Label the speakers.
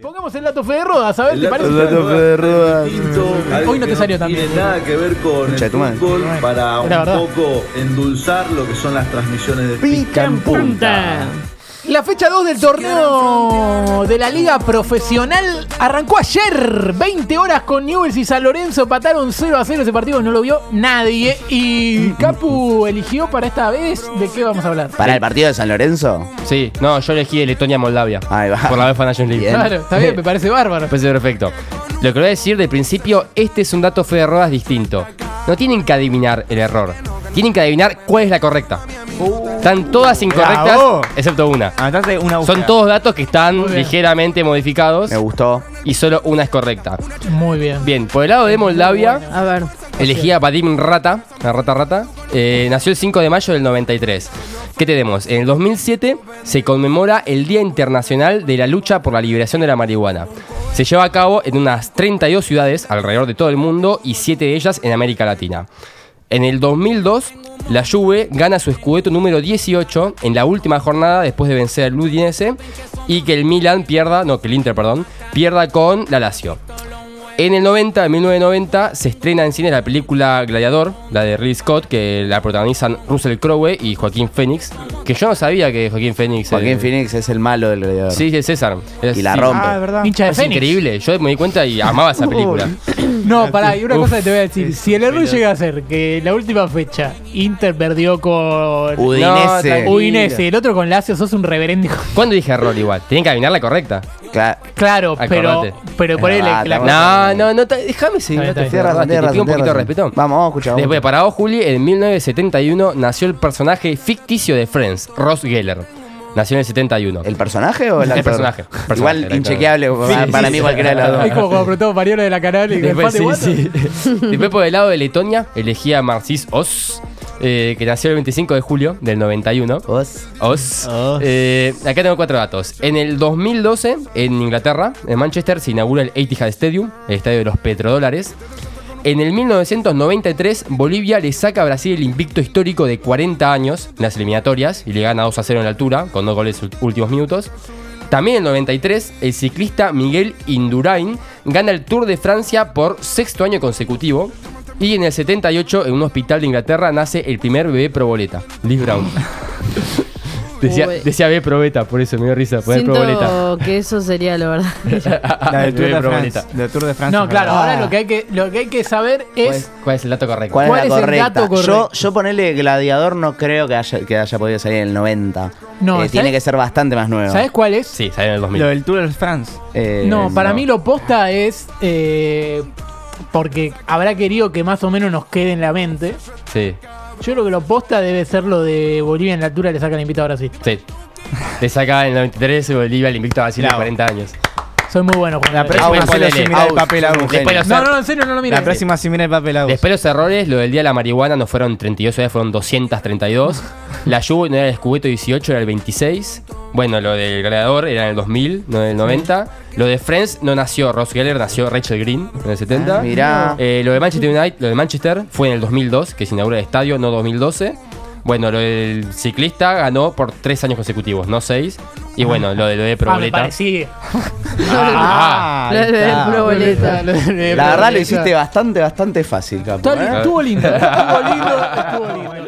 Speaker 1: Pongamos el dato fe de Roda, ¿sabes?
Speaker 2: El
Speaker 1: ¿Te
Speaker 2: dato-
Speaker 1: parece?
Speaker 2: el dato-
Speaker 3: de ruedas.
Speaker 1: Hoy no te salió tan
Speaker 2: Tiene
Speaker 1: bien.
Speaker 2: nada que ver con
Speaker 3: Concha de
Speaker 2: el
Speaker 3: tu madre.
Speaker 2: fútbol para un
Speaker 1: Era verdad.
Speaker 2: poco endulzar lo que son las transmisiones de
Speaker 3: Pica en
Speaker 1: Punta. La fecha 2 del torneo de la Liga Profesional arrancó ayer, 20 horas con Newell's y San Lorenzo, pataron 0 a 0 ese partido, no lo vio nadie y Capu eligió para esta vez de qué vamos a hablar.
Speaker 3: ¿Para el partido de San Lorenzo?
Speaker 4: Sí, no, yo elegí Letonia-Moldavia.
Speaker 3: Ahí va.
Speaker 4: Por la UEFA Nations League.
Speaker 3: Bien.
Speaker 1: Claro, está bien, me parece bárbaro.
Speaker 4: Pues perfecto. Lo que voy a decir de principio, este es un dato fe de ruedas distinto. No tienen que adivinar el error. Tienen que adivinar cuál es la correcta. Están todas incorrectas,
Speaker 5: Bravo.
Speaker 4: excepto una.
Speaker 5: Anotaste una
Speaker 4: Son
Speaker 5: búsqueda.
Speaker 4: todos datos que
Speaker 1: Muy
Speaker 4: están
Speaker 1: bien.
Speaker 4: ligeramente modificados
Speaker 3: Me gustó.
Speaker 4: y solo una es correcta.
Speaker 1: Muy bien.
Speaker 4: Bien, por el lado de Moldavia,
Speaker 6: A ver.
Speaker 4: elegí a Vadim Rata, la rata rata, eh, nació el 5 de mayo del 93. ¿Qué tenemos? En el 2007 se conmemora el Día Internacional de la Lucha por la Liberación de la Marihuana. Se lleva a cabo en unas 32 ciudades alrededor de todo el mundo y 7 de ellas en América Latina. En el 2002, la Juve gana su escudeto número 18 en la última jornada después de vencer al Udinese y que el Milan pierda, no, que el Inter, perdón, pierda con la Lazio. En el 90, en 1990, se estrena en cine la película Gladiador, la de Ridley Scott, que la protagonizan Russell Crowe y Joaquín Phoenix, que yo no sabía que Joaquín Phoenix... eh,
Speaker 3: Joaquín Phoenix es el malo del gladiador.
Speaker 4: Sí, sí, César. Es-
Speaker 3: Y la
Speaker 4: sí.
Speaker 3: rompe.
Speaker 5: Ah, es verdad.
Speaker 1: Hincha de
Speaker 4: Es
Speaker 1: Fénix.
Speaker 4: increíble, yo me di cuenta y amaba esa película.
Speaker 1: No, pará, y una
Speaker 4: Uf.
Speaker 1: cosa que te voy a decir. Si el error
Speaker 4: Pero-
Speaker 1: llega a ser que la última fecha Inter perdió con
Speaker 4: No,
Speaker 3: Udinese.
Speaker 4: tranquilo.
Speaker 1: Udinese, el otro con Lazio, sos un reverendo. hijo.
Speaker 4: ¿Cuándo dije error igual? Tienen que adivinar la correcta.
Speaker 3: Cla-
Speaker 1: Claro,
Speaker 4: Acordate.
Speaker 1: pero, pero
Speaker 3: Es
Speaker 1: ponele
Speaker 3: verdad,
Speaker 1: que la
Speaker 3: estamos-
Speaker 4: No, no, no, ta- déjame
Speaker 1: Está
Speaker 4: seguir.
Speaker 1: bien,
Speaker 4: no te
Speaker 1: está bien.
Speaker 3: Tierra,
Speaker 4: jodas, te
Speaker 3: tierra,
Speaker 4: pido un poquito de
Speaker 3: tierra.
Speaker 4: respeto.
Speaker 3: Vamos, vamos, escucha. vamos.
Speaker 4: Después, para vos, Juli, en 1971 nació el personaje ficticio de Friends, Ross Geller. Nació en el 71.
Speaker 3: ¿El personaje o el
Speaker 4: El
Speaker 3: actor?
Speaker 4: personaje, personaje, el
Speaker 3: Igual
Speaker 4: actor.
Speaker 3: inchequeable para, para mí cualquiera de las dos.
Speaker 1: Es como cuando preguntó Mariano de la canal y
Speaker 4: Después,
Speaker 1: Después,
Speaker 4: sí, sí. Después, por el lado de Letonia, elegía a Marcis Oz, eh, que nació el 25 de julio del 91.
Speaker 3: Vos.
Speaker 4: Oz. Eh, acá tengo cuatro datos. En el 2012, en Inglaterra, en Manchester, se inaugura el Etihad Stadium, el estadio de los petrodólares. En el 1993, Bolivia le saca a Brasil el invicto histórico de 40 años en las eliminatorias y le gana 2 a 0 en la altura, con dos goles ult- últimos minutos. También en el 93, el ciclista Miguel Indurain gana el Tour de Francia por sexto año consecutivo. Y en el 78, en un hospital de Inglaterra, nace el primer bebé proboleta, Liz Brown. decía,
Speaker 6: Uy.
Speaker 4: decía bebé probeta, por eso me dio risa, poner proboleta.
Speaker 6: Siento que eso sería la verdad.
Speaker 5: La del Tour
Speaker 4: Bebé
Speaker 5: de
Speaker 4: proboleta.
Speaker 5: France. La del Tour de France.
Speaker 1: No, claro,
Speaker 3: Ah.
Speaker 1: ahora lo que hay que, lo que, hay que saber
Speaker 4: ¿Cuál
Speaker 1: es.
Speaker 4: es, cuál es el dato correcto?
Speaker 3: ¿Cuál,
Speaker 1: ¿Cuál
Speaker 3: es
Speaker 1: es
Speaker 3: la
Speaker 1: el
Speaker 3: correcta?
Speaker 1: dato correcto?
Speaker 3: Yo, yo ponerle gladiador no creo que haya, que haya podido salir en el 90.
Speaker 1: No,
Speaker 3: Eh,
Speaker 1: ¿sabes?
Speaker 3: tiene que ser bastante más nuevo.
Speaker 1: ¿Sabes cuál es?
Speaker 4: Sí, salió en el 2000.
Speaker 5: Lo del Tour de France.
Speaker 3: Eh,
Speaker 1: No, para mí lo posta es. eh, porque habrá querido que más o menos nos quede en la mente.
Speaker 4: Sí,
Speaker 1: Yo creo que lo posta debe ser lo de Bolivia en la altura le sacan el invitado a Brasil.
Speaker 4: sí. Le saca en el 93 Bolivia el invicto a Brasil de
Speaker 5: Bravo.
Speaker 4: 40 años. Ah,
Speaker 1: Soy muy bueno con
Speaker 5: La
Speaker 1: la
Speaker 5: próxima
Speaker 4: ponele,
Speaker 5: se mira el
Speaker 3: out.
Speaker 5: papel a vos.
Speaker 4: Después los,
Speaker 1: No,
Speaker 4: er-
Speaker 1: no, en serio, no lo mires.
Speaker 5: La próxima se mira el papel a vos.
Speaker 4: Ah, después los errores, lo del día de la marihuana no fueron 32 ciudades, fueron 232. la lluvia no era el escubeto 18, era el 26. Bueno, lo del gladiador era en el 2000, no en el 90. Lo de Friends no nació Ross Geller, nació Rachel Green en el 70.
Speaker 3: Ah, mirá.
Speaker 4: Eh, lo de Manchester United, lo de Manchester fue en el 2002, que se inaugura el estadio, no 2012. Bueno, lo del ciclista ganó por tres años consecutivos, no seis. Y bueno, lo de lo de
Speaker 1: Ah, me
Speaker 4: Proboleta.
Speaker 1: parecía.
Speaker 4: Ah,
Speaker 6: la
Speaker 5: ahí
Speaker 6: del
Speaker 5: está.
Speaker 6: proboleta.
Speaker 3: La verdad lo hiciste bastante, bastante fácil, capo.
Speaker 1: Está li-
Speaker 3: ¿eh?
Speaker 1: Estuvo lindo, estuvo lindo, estuvo lindo.